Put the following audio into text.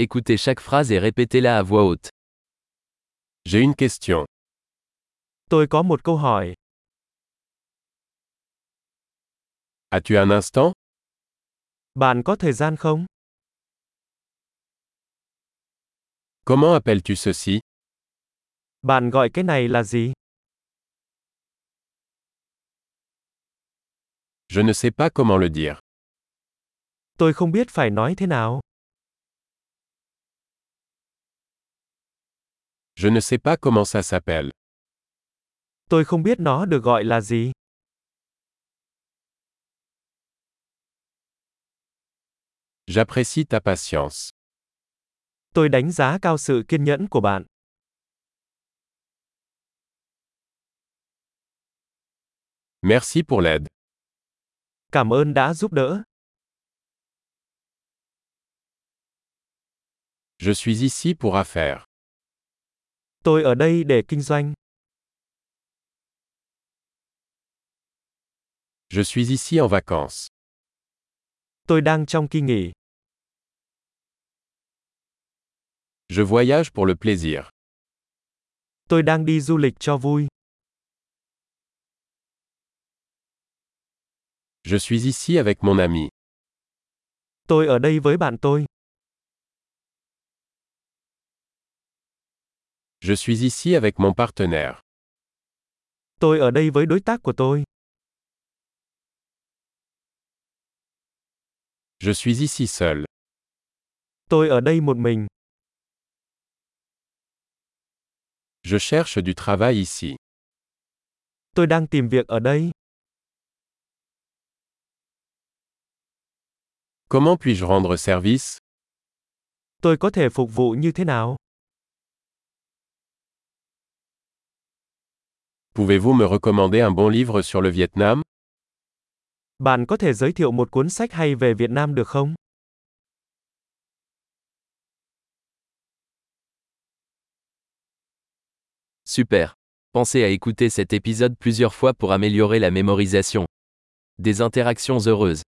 Écoutez chaque phrase et répétez-la à voix haute. J'ai une question. Tôi có một câu hỏi, As-tu un instant bạn có thời gian không? Comment appelles-tu ceci Bạn gọi cái này là gì? Je ne sais pas comment le dire. Tôi không biết phải nói thế nào. Je ne sais pas comment ça s'appelle. Tôi không biết nó được gọi là gì. J'apprécie ta patience. Tôi đánh giá cao sự kiên nhẫn của bạn. Merci pour l'aide. Cảm ơn đã giúp đỡ. Je suis ici pour affaires. Tôi ở đây để kinh doanh. Je suis ici en vacances. Tôi đang trong kỳ nghỉ. Je voyage pour le plaisir. Tôi đang đi du lịch cho vui. Je suis ici avec mon ami. Tôi ở đây với bạn tôi. Je suis ici avec mon partenaire. Tôi ở đây với đối tác của tôi. Je suis ici seul. Tôi ở đây một mình. Je cherche du travail ici. Tôi đang tìm việc ở đây. Comment puis-je rendre service Tôi có thể phục vụ như thế nào? Pouvez-vous me recommander un bon livre sur le Vietnam Bạn có thể giới thiệu một cuốn sách hay về Việt Nam được không? Super. Pensez à écouter cet épisode plusieurs fois pour améliorer la mémorisation. Des interactions heureuses.